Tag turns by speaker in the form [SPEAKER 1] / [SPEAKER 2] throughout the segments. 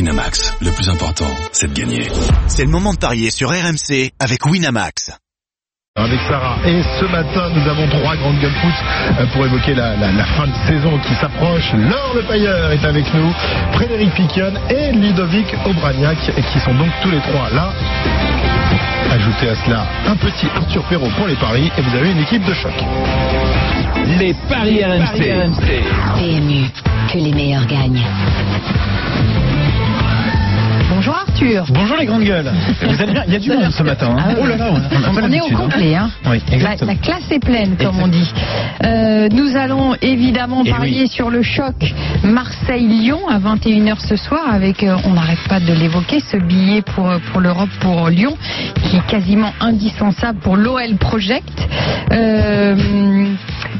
[SPEAKER 1] Winamax, le plus important, c'est de gagner.
[SPEAKER 2] C'est le moment de parier sur RMC avec Winamax.
[SPEAKER 3] avec Sarah. Et ce matin, nous avons trois grandes gueules pouces euh, pour évoquer la, la- la fin de saison qui s'approche. Laure Le Payeur est avec nous, Frédéric Piquion et Ludovic Obraniak, et qui sont donc tous les trois là. Ajoutez à cela un petit Arthur Perrault pour les paris, et vous avez une équipe de choc.
[SPEAKER 4] Les Paris RMC.
[SPEAKER 5] PMU, que les meilleurs gagnent. Bonjour Arthur.
[SPEAKER 3] Bonjour les grandes gueules. Vous allez bien Il y a du monde ce matin. hein. Oh
[SPEAKER 5] Ah ouais. on est au complet. Hein.
[SPEAKER 3] Oui,
[SPEAKER 5] la,
[SPEAKER 3] exactement.
[SPEAKER 5] la classe est pleine, comme on dit. Euh, nous allons évidemment
[SPEAKER 3] Et
[SPEAKER 5] parier
[SPEAKER 3] Eh oui.
[SPEAKER 5] sur le choc Marseille-Lyon à 21h ce soir avec, euh, on n'arrête pas de l'évoquer, ce billet pour, euh, pour l'Europe, pour Lyon, qui est quasiment indispensable pour l'OL Project. Euh,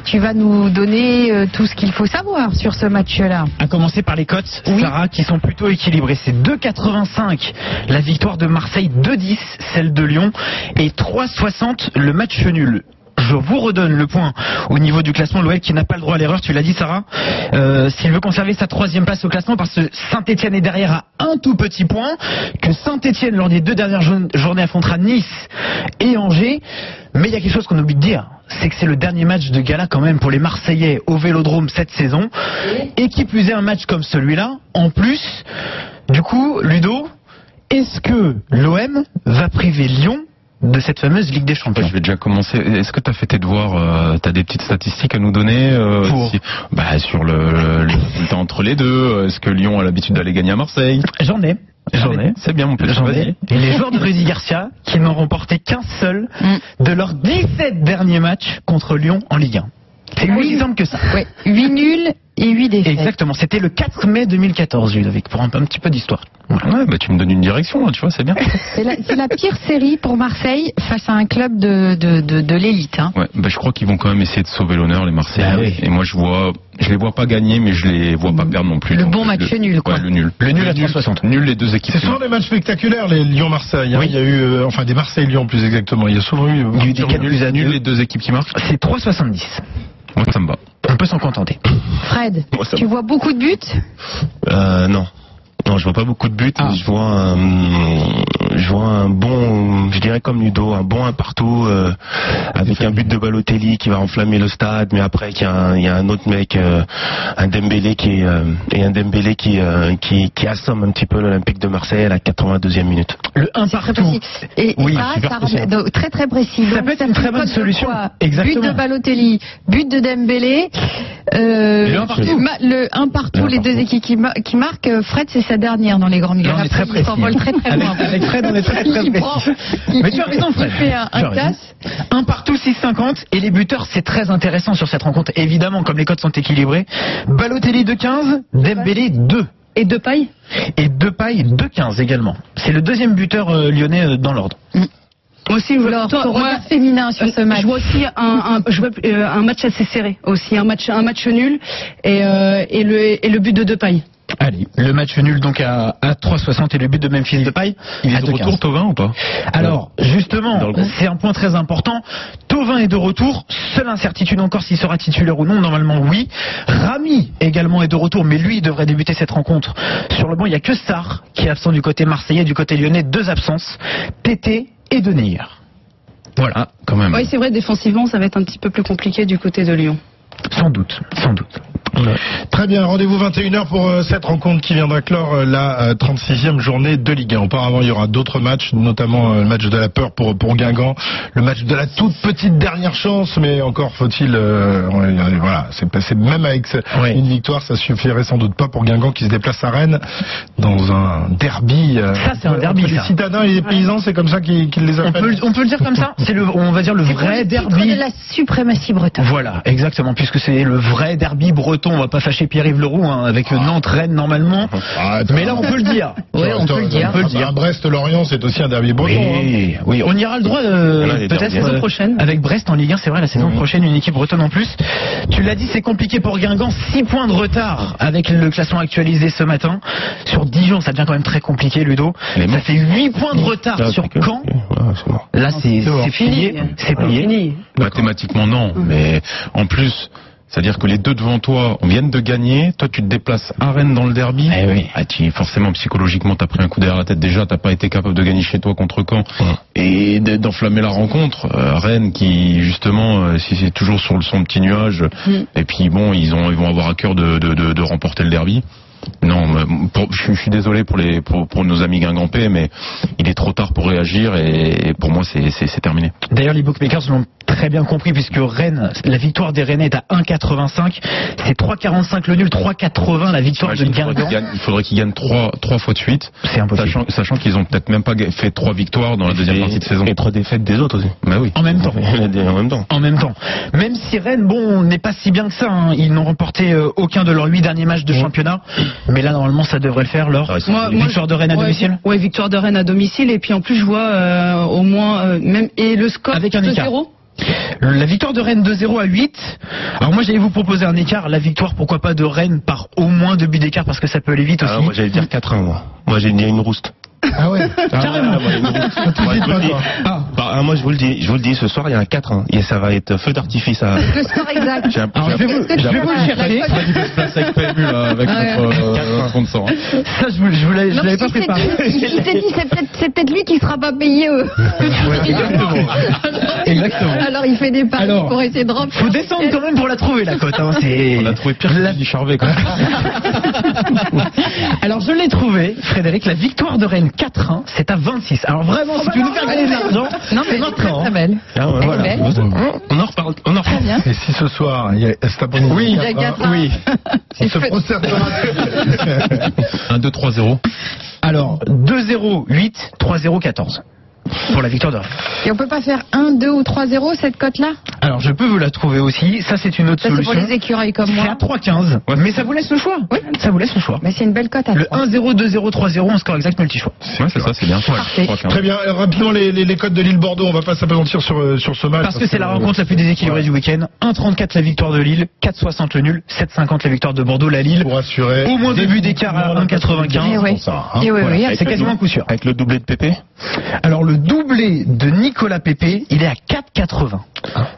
[SPEAKER 5] tu vas nous donner euh, tout ce qu'il faut savoir sur ce match-là.
[SPEAKER 6] À commencer par les cotes,
[SPEAKER 5] Oui.
[SPEAKER 6] Sarah, qui sont plutôt équilibrées. C'est 2,85 la victoire de Marseille, 2,10 celle de Lyon et 3,60 le match nul. Je vous redonne le point au niveau du classement. L'OL qui n'a pas le droit à l'erreur, tu l'as dit Sarah, euh, s'il veut conserver sa troisième place au classement parce que Saint-Etienne est derrière à un tout petit point, que Saint-Etienne lors des deux dernières journ- journées affrontera Nice et Angers. Mais il y a quelque chose qu'on oublie de dire, c'est que c'est le dernier match de gala quand même pour les Marseillais au Vélodrome cette saison. Et qui plus est un match comme celui-là, en plus, du coup, Ludo, est-ce que l'OM va priver Lyon de cette fameuse Ligue des Champions
[SPEAKER 7] Je vais déjà commencer. Est-ce que tu as fait tes devoirs euh, T'as des petites statistiques à nous donner euh,
[SPEAKER 6] Pour
[SPEAKER 7] bah, sur le, le résultat entre les deux. Est-ce que Lyon a l'habitude d'aller gagner à Marseille
[SPEAKER 6] J'en ai. J'en ai.
[SPEAKER 7] C'est bien mon petit.
[SPEAKER 6] J'en
[SPEAKER 7] Vas-y.
[SPEAKER 6] ai. Et les joueurs de Rudy Garcia qui n'ont remporté qu'un seul de leurs 17 derniers matchs contre Lyon en Ligue 1. C'est
[SPEAKER 5] Oui.
[SPEAKER 6] aussi simple que ça.
[SPEAKER 5] Ouais, 8 nuls et 8 défaites.
[SPEAKER 6] Exactement. C'était le 4 mai 2014, Ludovic, pour un, un petit peu d'histoire. Voilà.
[SPEAKER 7] Ouais, bah, tu me donnes une direction, là, tu vois, c'est bien.
[SPEAKER 5] C'est la, c'est la pire série pour Marseille face à un club de, de, de, de l'élite. hein.
[SPEAKER 7] Ouais, bah, je crois qu'ils vont quand même essayer de sauver l'honneur, les Marseillais.
[SPEAKER 6] Bah oui.
[SPEAKER 7] Et moi, je vois, je les vois pas gagner, mais je les vois pas perdre non plus.
[SPEAKER 5] Le
[SPEAKER 7] Donc,
[SPEAKER 5] bon match nul, quoi.
[SPEAKER 7] Ouais, le nul.
[SPEAKER 6] Le nul à
[SPEAKER 7] nul,
[SPEAKER 6] 3,60.
[SPEAKER 7] nul les deux équipes.
[SPEAKER 3] C'est souvent des matchs spectaculaires, les Lyon-Marseille. hein.
[SPEAKER 6] Oui.
[SPEAKER 3] Il y a eu, euh, enfin des Marseille-Lyon plus exactement. Il y a souvent eu. euh,
[SPEAKER 6] Il y a eu des
[SPEAKER 7] Nul,
[SPEAKER 6] calculs à
[SPEAKER 7] nul
[SPEAKER 6] deux.
[SPEAKER 7] les deux équipes qui marchent.
[SPEAKER 6] C'est 3,70.
[SPEAKER 7] Moi, ça me va.
[SPEAKER 6] On peut s'en contenter.
[SPEAKER 5] Fred,
[SPEAKER 7] Moi, ça
[SPEAKER 5] tu vois beaucoup de buts
[SPEAKER 8] Euh, non. Non, je vois pas beaucoup de buts.
[SPEAKER 7] Ah.
[SPEAKER 8] mais Je vois, un, je vois un bon, je dirais comme Ludo, un bon un partout euh, avec un but de Balotelli qui va enflammer le stade, mais après qu'il y a un, il y a un autre mec, euh, un Dembélé qui est, euh, et un Dembélé qui, euh, qui qui assomme un petit peu l'Olympique de Marseille à la 82e minute.
[SPEAKER 6] Le 1
[SPEAKER 5] C'est très
[SPEAKER 6] partout.
[SPEAKER 5] précis. Et,
[SPEAKER 6] Oui,
[SPEAKER 5] et Sarah,
[SPEAKER 6] super
[SPEAKER 5] ça
[SPEAKER 6] précis.
[SPEAKER 5] ramène- donc, très très précis.
[SPEAKER 6] Ça
[SPEAKER 5] Donc,
[SPEAKER 6] peut être une très
[SPEAKER 5] fait
[SPEAKER 6] bonne
[SPEAKER 5] code de
[SPEAKER 6] solution.
[SPEAKER 5] quoi
[SPEAKER 6] Exactement.
[SPEAKER 5] But de Balotelli, but de Dembélé. euh,
[SPEAKER 6] Et le un partout.
[SPEAKER 5] ma- le un partout,
[SPEAKER 8] Le un
[SPEAKER 5] les deux
[SPEAKER 8] partout.
[SPEAKER 5] équipes qui, ma- qui marquent. euh, Fred, c'est sa dernière dans les grandes ligues.
[SPEAKER 6] Là, on est très
[SPEAKER 5] Après,
[SPEAKER 6] précis.
[SPEAKER 5] il s'envole très très
[SPEAKER 6] Avec,
[SPEAKER 5] loin.
[SPEAKER 6] avec Fred, on est très très
[SPEAKER 5] Il prend-
[SPEAKER 6] précis.
[SPEAKER 5] il-
[SPEAKER 6] Mais tu as raison, Fred.
[SPEAKER 5] Il fait un,
[SPEAKER 6] Tu as
[SPEAKER 5] un
[SPEAKER 6] raison.
[SPEAKER 5] casse.
[SPEAKER 6] Un partout 6,50 et les buteurs, c'est très intéressant sur cette rencontre. Évidemment, comme les codes sont équilibrés, Balotelli 2,15, Dembélé 2
[SPEAKER 5] Et deux pailles
[SPEAKER 6] et Depay 2,15 également. C'est le deuxième buteur euh, lyonnais euh, dans l'ordre.
[SPEAKER 9] Aussi, je
[SPEAKER 5] Alors,
[SPEAKER 9] toi,
[SPEAKER 5] ton
[SPEAKER 9] moi, euh,
[SPEAKER 5] regard féminin sur ce match.
[SPEAKER 9] Je vois aussi un, un- je vois, euh, un match assez serré aussi, un match, un match nul et, euh, et, le, et le but de Depay.
[SPEAKER 6] Allez, le match nul donc à, à 3,60 et le but de Memphis Depay
[SPEAKER 7] Il est
[SPEAKER 6] à
[SPEAKER 7] de retour,
[SPEAKER 6] 2,15.
[SPEAKER 7] Tovin, ou pas
[SPEAKER 6] Alors, justement,
[SPEAKER 7] Euh, Dans le groupe.
[SPEAKER 6] c'est un point très important. Tovin est de retour. Seule incertitude encore s'il sera titulaire ou non. Normalement, oui. Rami également est de retour, mais lui il devrait débuter cette rencontre. Sur le banc, il n'y a que Sarr qui est absent du côté marseillais, du côté lyonnais. Deux absences, Tété et Denir. Voilà.
[SPEAKER 7] Ah, quand même.
[SPEAKER 9] Oui, c'est vrai, défensivement, ça va être un petit peu plus compliqué du côté de Lyon.
[SPEAKER 6] Sans doute, sans doute.
[SPEAKER 3] Très bien, rendez-vous 21h pour euh, cette rencontre qui viendra clore euh, la euh, 36e journée de Ligue 1. Auparavant, il y aura d'autres matchs, notamment euh, le match de la peur pour, pour Guingamp, le match de la toute petite dernière chance, mais encore faut-il... euh, euh, voilà, c'est passé même avec ce-
[SPEAKER 6] Oui.
[SPEAKER 3] une victoire, ça suffirait sans doute pas pour Guingamp qui se déplace à Rennes dans un derby. euh,
[SPEAKER 6] Ça, c'est un derby,
[SPEAKER 3] entre Les
[SPEAKER 6] ça.
[SPEAKER 3] citadins et les paysans, c'est comme ça qu'ils qu'ils les
[SPEAKER 6] On peut,
[SPEAKER 3] appellent
[SPEAKER 6] le- on peut le dire comme ça. C'est le, on va dire le
[SPEAKER 5] C'est pour
[SPEAKER 6] vrai
[SPEAKER 5] le titre
[SPEAKER 6] derby.
[SPEAKER 5] de la suprématie bretonne.
[SPEAKER 6] Voilà, exactement, puisque c'est le vrai derby breton. On va pas fâcher Pierre-Yves Leroux hein, avec Nantes, Rennes normalement.
[SPEAKER 3] Ah, attends.
[SPEAKER 6] Mais là, on peut le dire.
[SPEAKER 5] Ah. Ouais, on peut le dire.
[SPEAKER 3] Ah bah, Brest-Lorient, c'est aussi un derby breton. hein.
[SPEAKER 6] Oui, oui, on ira le droit euh,
[SPEAKER 8] Voilà, les Mhm.
[SPEAKER 6] peut-être
[SPEAKER 8] derbies.
[SPEAKER 6] euh,
[SPEAKER 9] Saison prochaine.
[SPEAKER 6] avec Brest en Ligue 1, c'est vrai, la saison prochaine, une équipe bretonne en plus. Tu l'as dit, c'est compliqué pour Guingamp, 6 points de retard avec le classement actualisé ce matin. Sur Dijon, ça devient quand même très compliqué, Ludo.
[SPEAKER 8] Mais
[SPEAKER 6] Ça
[SPEAKER 8] bon.
[SPEAKER 6] fait 8 points de retard
[SPEAKER 8] Ah,
[SPEAKER 6] sur
[SPEAKER 8] c'est que-
[SPEAKER 6] Caen.
[SPEAKER 8] Ouais, c'est bon.
[SPEAKER 6] Là, c'est
[SPEAKER 3] mort.
[SPEAKER 6] c'est plié, c'est
[SPEAKER 9] C'est
[SPEAKER 6] plié.
[SPEAKER 9] fini.
[SPEAKER 6] Mhm.
[SPEAKER 7] Mathématiquement, non. Mais en plus, C'est-à-dire que les deux devant toi viennent de gagner, toi tu te déplaces à Rennes dans le derby.
[SPEAKER 6] Eh oui.
[SPEAKER 7] Ah, tu- forcément, psychologiquement, t'as pris un coup derrière la tête déjà, t'as pas été capable de gagner chez toi contre Caen et d- d'enflammer la rencontre. Euh, Rennes qui, justement, euh, si c'est toujours sur le son petit nuage,
[SPEAKER 6] Mhm.
[SPEAKER 7] et puis bon, ils, ont, ils vont avoir à cœur de, de- de- de remporter le derby. Non, mais pour- je, suis- je suis désolé pour, les, pour, pour nos amis guingampés, mais il est trop tard pour réagir et, et pour moi c'est- c'est c'est terminé.
[SPEAKER 6] D'ailleurs, les bookmakers l'ont très bien compris puisque Rennes, la victoire des Rennes est à 1,85. C'est 3,45 le nul, 3,80 la victoire de
[SPEAKER 7] Imagine, il faudrait qu'ils
[SPEAKER 6] Guingamp.
[SPEAKER 7] gagnent- Il faudrait qu'ils gagnent trois, trois fois de suite.
[SPEAKER 6] C'est impossible.
[SPEAKER 7] Sachant, sachant qu'ils ont peut-être même pas ga- fait trois victoires dans la deuxième partie de saison.
[SPEAKER 8] Et trois défaites des autres aussi.
[SPEAKER 7] Bah oui.
[SPEAKER 6] En même temps.
[SPEAKER 8] en même temps.
[SPEAKER 6] En même temps, même si Rennes, bon, n'est pas si bien que ça, hein. ils n'ont remporté euh, aucun de leurs huit derniers matchs de championnat, mais là normalement ça devrait le faire. Laure,
[SPEAKER 7] Ah, ils sont-
[SPEAKER 9] Moi- moi,
[SPEAKER 6] victoire de Rennes à
[SPEAKER 9] Ouais,
[SPEAKER 6] domicile.
[SPEAKER 9] vi- Ouais, victoire de Rennes à domicile. Et puis en plus, je vois euh, au moins euh, même et le score
[SPEAKER 6] Avec un
[SPEAKER 9] de
[SPEAKER 6] écart.
[SPEAKER 9] 0
[SPEAKER 6] La victoire de Rennes de 0 à 8. Alors moi j'allais vous proposer un écart, la victoire pourquoi pas de Rennes par au moins deux buts d'écart parce que ça peut aller vite aussi.
[SPEAKER 8] Ah, moi j'allais dire 4-1 moi. Moi j'allais dire une rouste.
[SPEAKER 3] Ah ouais
[SPEAKER 6] Carrément.
[SPEAKER 3] Tout de suite, pas toi.
[SPEAKER 8] Bah, ah, moi je vous le dis, je vous le dis, ce soir il y a un 4-1 et ça va être feu d'artifice à.
[SPEAKER 5] Le score exact.
[SPEAKER 7] J'ai un-
[SPEAKER 6] Alors,
[SPEAKER 7] j'ai
[SPEAKER 6] je vais vous- je vais vous le chercher.
[SPEAKER 7] un- j'ai un place avec PMU là, avec notre euh, sponsor. hein.
[SPEAKER 6] Ça je vous, je vous l'avais je
[SPEAKER 5] Non,
[SPEAKER 6] l'avais
[SPEAKER 5] mais
[SPEAKER 6] pas
[SPEAKER 5] si c'est
[SPEAKER 6] préparé.
[SPEAKER 5] lui- si c'est lui, c'est peut-être c'est peut-être lui qui sera pas payé. euh,
[SPEAKER 6] Exactement. Exactement.
[SPEAKER 5] Alors il fait des paris
[SPEAKER 6] Alors,
[SPEAKER 5] pour essayer de remplir.
[SPEAKER 6] Faut descendre quand même pour la trouver la cote. Hein. C'est.
[SPEAKER 7] On a trouvé pire que
[SPEAKER 6] La-
[SPEAKER 7] Lily Charvet quand même.
[SPEAKER 6] Alors je l'ai trouvé, Frédéric, la victoire de Rennes 4-1, c'est à 26. Alors vraiment, si tu veux nous faire gagner de l'argent,
[SPEAKER 5] Non Oh, bah mais
[SPEAKER 6] c'est
[SPEAKER 5] elle est très,
[SPEAKER 6] maintenant.
[SPEAKER 5] très
[SPEAKER 6] hein.
[SPEAKER 5] belle.
[SPEAKER 8] Ah, ouais,
[SPEAKER 5] Elle
[SPEAKER 8] voilà.
[SPEAKER 5] est belle.
[SPEAKER 8] On en reparle. On en reparle.
[SPEAKER 5] Bien.
[SPEAKER 3] Et si ce soir, il y a cet après-midi,
[SPEAKER 5] Il y a Gaffa.
[SPEAKER 3] oui, on
[SPEAKER 5] Il
[SPEAKER 3] se
[SPEAKER 5] fait-
[SPEAKER 3] procèdera.
[SPEAKER 7] 1, 2, 3, 0.
[SPEAKER 6] Alors 2-0, 8, 3-0, 14. Pour la victoire de Rennes.
[SPEAKER 5] Et on peut pas faire 1, 2 ou 3-0 cette cote-là
[SPEAKER 6] Alors je peux vous la trouver aussi, ça c'est une autre
[SPEAKER 5] Ça c'est
[SPEAKER 6] solution.
[SPEAKER 5] pour les écureuils comme
[SPEAKER 6] C'est à
[SPEAKER 5] moi.
[SPEAKER 6] 3-15. Mais ça vous laisse le choix. Ça vous laisse le choix.
[SPEAKER 5] Mais c'est une belle cote à
[SPEAKER 6] Le
[SPEAKER 5] 3.
[SPEAKER 6] 1-0, 2-0, 3-0 en score exact multi-choix.
[SPEAKER 7] Ouais, c'est ça, c'est bien.
[SPEAKER 5] Parfait.
[SPEAKER 7] Je crois qu'un-
[SPEAKER 3] Très bien, euh, rapidement les, les, les codes de l'île Bordeaux, on va pas s'apesantir sur, euh, sur ce match.
[SPEAKER 6] Parce que c'est la
[SPEAKER 3] euh,
[SPEAKER 6] rencontre la plus déséquilibrée du week-end. 1-34 la victoire de Lille, 4-60 le nul, 7-50 la victoire de Bordeaux, la Lille.
[SPEAKER 3] Pour assurer.
[SPEAKER 6] Au moins deux buts d'écart à 1,95.
[SPEAKER 5] Eh oui.
[SPEAKER 3] ça, hein.
[SPEAKER 5] Eh oui,
[SPEAKER 6] Voilà,
[SPEAKER 5] oui,
[SPEAKER 6] c'est quasiment un coup sûr.
[SPEAKER 8] Avec le doublé de Pépé
[SPEAKER 6] Alors le doublé de Nicolas Pépé, il est à 4,80.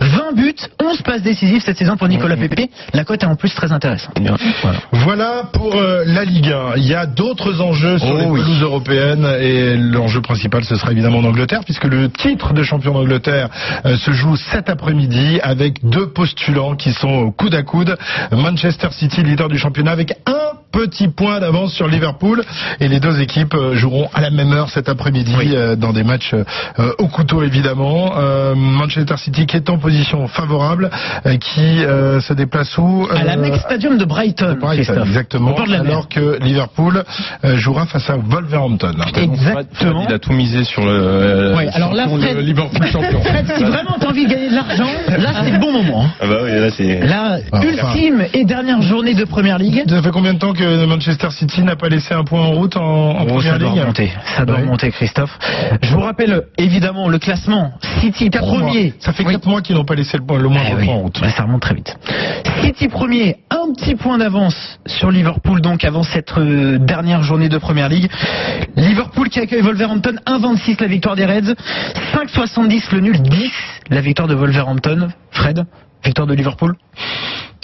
[SPEAKER 6] 20 buts, 11 passes décisives cette saison pour Nicolas Pépé. La cote est en plus très intéressante.
[SPEAKER 8] Eh Bien. Voilà.
[SPEAKER 3] Voilà pour euh, la Ligue 1. Il y a d'autres enjeux sur
[SPEAKER 8] Oh
[SPEAKER 3] les
[SPEAKER 8] oui.
[SPEAKER 3] pelouses européennes et l'enjeu principal ce sera évidemment en Angleterre puisque le titre de champion d'Angleterre euh, se joue cet après-midi avec deux postulants qui sont au coude à coude. Manchester City leader du championnat avec un petit point d'avance sur Liverpool et les deux équipes euh, joueront à la même heure cet après-midi euh, dans des matchs euh, au couteau évidemment. Euh, Manchester City qui est en position favorable, euh, qui euh, se déplace où
[SPEAKER 6] À la
[SPEAKER 3] Euh,
[SPEAKER 6] Mex Stadium de Brighton,
[SPEAKER 3] Brighton,
[SPEAKER 6] Christophe.
[SPEAKER 3] exactement.
[SPEAKER 6] Au bord de la mer.
[SPEAKER 3] alors que Liverpool euh, jouera face à Wolverhampton.
[SPEAKER 6] Exactement.
[SPEAKER 7] Il a tout misé sur le. euh,
[SPEAKER 6] Ouais, alors là,
[SPEAKER 7] champion de
[SPEAKER 6] Fred-
[SPEAKER 7] Liverpool champion.
[SPEAKER 6] Si vraiment t'as envie de gagner de l'argent, là c'est le bon moment. hein.
[SPEAKER 8] Ah bah oui, là c'est.
[SPEAKER 6] Là,
[SPEAKER 3] Ah,
[SPEAKER 6] ultime et dernière journée de Première Ligue.
[SPEAKER 3] Ça fait combien de temps que Manchester City n'a pas laissé un point en route en, en
[SPEAKER 6] Oh,
[SPEAKER 3] première
[SPEAKER 6] ça doit
[SPEAKER 3] ligne
[SPEAKER 6] remonter, ça doit
[SPEAKER 3] Ouais.
[SPEAKER 6] remonter Christophe. Je vous rappelle évidemment le classement City
[SPEAKER 3] Quatre mois.
[SPEAKER 6] premier.
[SPEAKER 3] Ça fait
[SPEAKER 6] Oui.
[SPEAKER 3] 4 mois qu'ils n'ont pas laissé le, point- le
[SPEAKER 6] Eh
[SPEAKER 3] moindre
[SPEAKER 6] oui,
[SPEAKER 3] point en route.
[SPEAKER 6] bah, ça remonte très vite. City premier, un petit point d'avance sur Liverpool, donc avant cette euh, dernière journée de Première Ligue. Liverpool qui accueille Wolverhampton, 1,26 la victoire des Reds, 5,70 le nul, 10 la victoire de Wolverhampton. Fred, victoire de Liverpool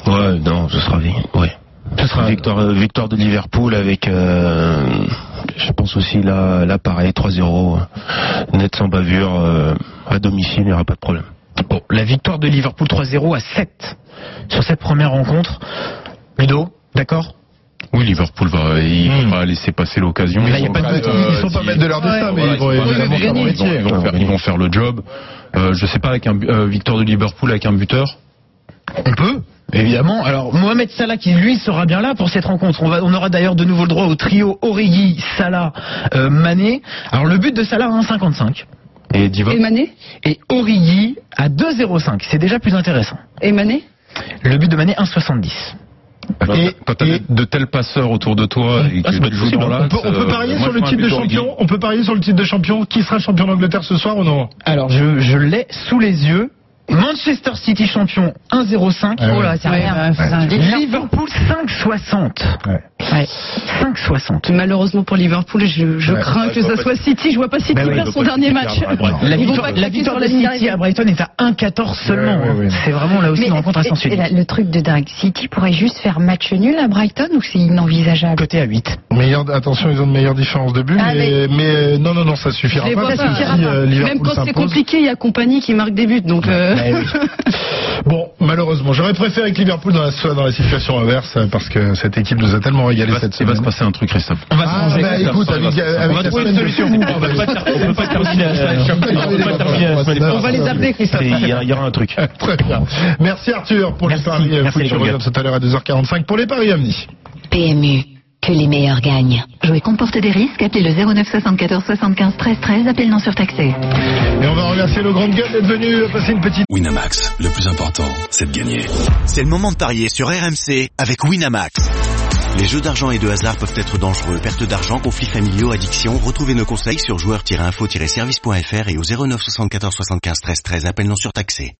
[SPEAKER 8] Ouais, non, ce sera vie. Ouais. Ce sera victoire, euh, victoire de Liverpool avec, euh, je pense aussi là, là pareil, 3-0, euh, net sans bavure, euh, à domicile, il n'y aura pas de problème.
[SPEAKER 6] Bon, la victoire de Liverpool 3-0 à 7 sur cette première rencontre. Ludo, d'accord
[SPEAKER 7] Oui, Liverpool va, il
[SPEAKER 3] Hmm.
[SPEAKER 7] va laisser passer l'occasion.
[SPEAKER 6] Mais là, il y a pas de-
[SPEAKER 3] Euh, ils sont pas maîtres de leur destin, mais ils vont-
[SPEAKER 7] voilà,
[SPEAKER 3] ils vont
[SPEAKER 7] évidemment,
[SPEAKER 3] gagner.
[SPEAKER 7] euh, ils vont- ils vont faire- ils vont faire le job. Euh, je sais pas avec un bu- euh, victoire de Liverpool avec un buteur.
[SPEAKER 6] On peut Évidemment. Alors Mohamed Salah qui lui sera bien là pour cette rencontre. On, va, on aura d'ailleurs de nouveau le droit au trio Origi, Salah, euh, Mané. Alors le but de Salah à 1,55
[SPEAKER 7] Et Diva.
[SPEAKER 9] et Mané
[SPEAKER 6] et Origi à 2,05. C'est déjà plus intéressant.
[SPEAKER 9] et Mané.
[SPEAKER 6] Le but de Mané 1,70.
[SPEAKER 7] Et,
[SPEAKER 3] Et-
[SPEAKER 7] quand t'as
[SPEAKER 3] et-
[SPEAKER 7] de tels passeurs autour de toi et
[SPEAKER 6] Ah,
[SPEAKER 7] que tu
[SPEAKER 6] c'est pas
[SPEAKER 7] joues
[SPEAKER 6] possible.
[SPEAKER 7] dans
[SPEAKER 3] hein. On
[SPEAKER 7] l'axe,
[SPEAKER 3] peut, on peut
[SPEAKER 7] euh,
[SPEAKER 3] parier
[SPEAKER 7] moi,
[SPEAKER 3] sur
[SPEAKER 7] je
[SPEAKER 3] le
[SPEAKER 7] prends un
[SPEAKER 3] titre de
[SPEAKER 7] but d'Origi.
[SPEAKER 3] champion. On peut parier sur le titre de champion. Qui sera le champion d'Angleterre ce soir ou non
[SPEAKER 6] Alors je, je l'ai sous les yeux. Manchester City champion 1,05.
[SPEAKER 3] Ah ouais.
[SPEAKER 5] Oh là, c'est
[SPEAKER 9] Ouais,
[SPEAKER 5] rien.
[SPEAKER 9] bah, c'est un délire.
[SPEAKER 6] Liverpool 5,60.
[SPEAKER 3] Ouais.
[SPEAKER 6] 5,60.
[SPEAKER 9] Malheureusement pour Liverpool, je, je
[SPEAKER 3] Ouais.
[SPEAKER 9] crains que ça soit City. Je vois pas City
[SPEAKER 3] Ben oui,
[SPEAKER 9] faire
[SPEAKER 3] ils
[SPEAKER 9] son
[SPEAKER 3] veulent pas
[SPEAKER 9] dernier
[SPEAKER 3] City
[SPEAKER 9] match.
[SPEAKER 3] perdre à Brighton.
[SPEAKER 6] La
[SPEAKER 9] Ils vont
[SPEAKER 6] victoire,
[SPEAKER 9] pas
[SPEAKER 6] la
[SPEAKER 9] craquer
[SPEAKER 6] victoire de
[SPEAKER 9] sur la ligne
[SPEAKER 6] City à
[SPEAKER 9] arrivée.
[SPEAKER 6] Brighton est à 1,14 seulement.
[SPEAKER 3] Ouais, ouais, ouais.
[SPEAKER 6] C'est vraiment là aussi une rencontre à
[SPEAKER 5] et-
[SPEAKER 6] sens
[SPEAKER 5] et
[SPEAKER 6] unique.
[SPEAKER 5] là, le truc de dingue, City pourrait juste faire match nul à Brighton ou c'est inenvisageable
[SPEAKER 6] Côté à 8.
[SPEAKER 3] Meilleur- attention, ils ont une meilleure différence de but,
[SPEAKER 5] Ah,
[SPEAKER 3] mais, mais, euh, non, non, non, ça suffira
[SPEAKER 9] Je les
[SPEAKER 3] pas.
[SPEAKER 9] vois
[SPEAKER 3] parce que
[SPEAKER 9] pas.
[SPEAKER 3] si, euh,
[SPEAKER 9] Même
[SPEAKER 3] Liverpool
[SPEAKER 9] quand c'est
[SPEAKER 3] s'impose-
[SPEAKER 9] compliqué, il y a compagnie qui marque des buts. Donc, euh,
[SPEAKER 3] Eh oui. Bon, malheureusement, j'aurais préféré que Liverpool dans la, soit dans la situation inverse euh, parce que cette équipe nous a tellement régalé
[SPEAKER 7] Il va,
[SPEAKER 3] cette
[SPEAKER 7] il va
[SPEAKER 3] semaine.
[SPEAKER 7] se passer un truc, Christophe.
[SPEAKER 3] On va ah, bah, écoute, avec, avec la semaine de fou, on va-
[SPEAKER 6] On va les appeler, Christophe.
[SPEAKER 8] Et Il y, a- il y aura un truc.
[SPEAKER 3] Très bien. Merci Arthur pour
[SPEAKER 6] Merci.
[SPEAKER 3] les paris euh,
[SPEAKER 6] Merci,
[SPEAKER 3] foot.
[SPEAKER 6] les
[SPEAKER 3] Je
[SPEAKER 6] gars.
[SPEAKER 3] reviens tout à l'heure à 2h45 pour les paris Amni.
[SPEAKER 10] PMU. Que les meilleurs gagnent. Jouer comporte des risques. Appelez le 09 74 75 13 13. Appel non surtaxé.
[SPEAKER 3] Et on va remercier le grand gueule d'être venu passer une petite
[SPEAKER 1] Winamax, le plus important, c'est de gagner.
[SPEAKER 2] C'est le moment de parier sur RMC avec Winamax. Les jeux d'argent et de hasard peuvent être dangereux. Perte d'argent, conflits familiaux, addiction. Retrouvez nos conseils sur joueurs-info-service.fr et au 09 74 75 13 13. Appel non surtaxé.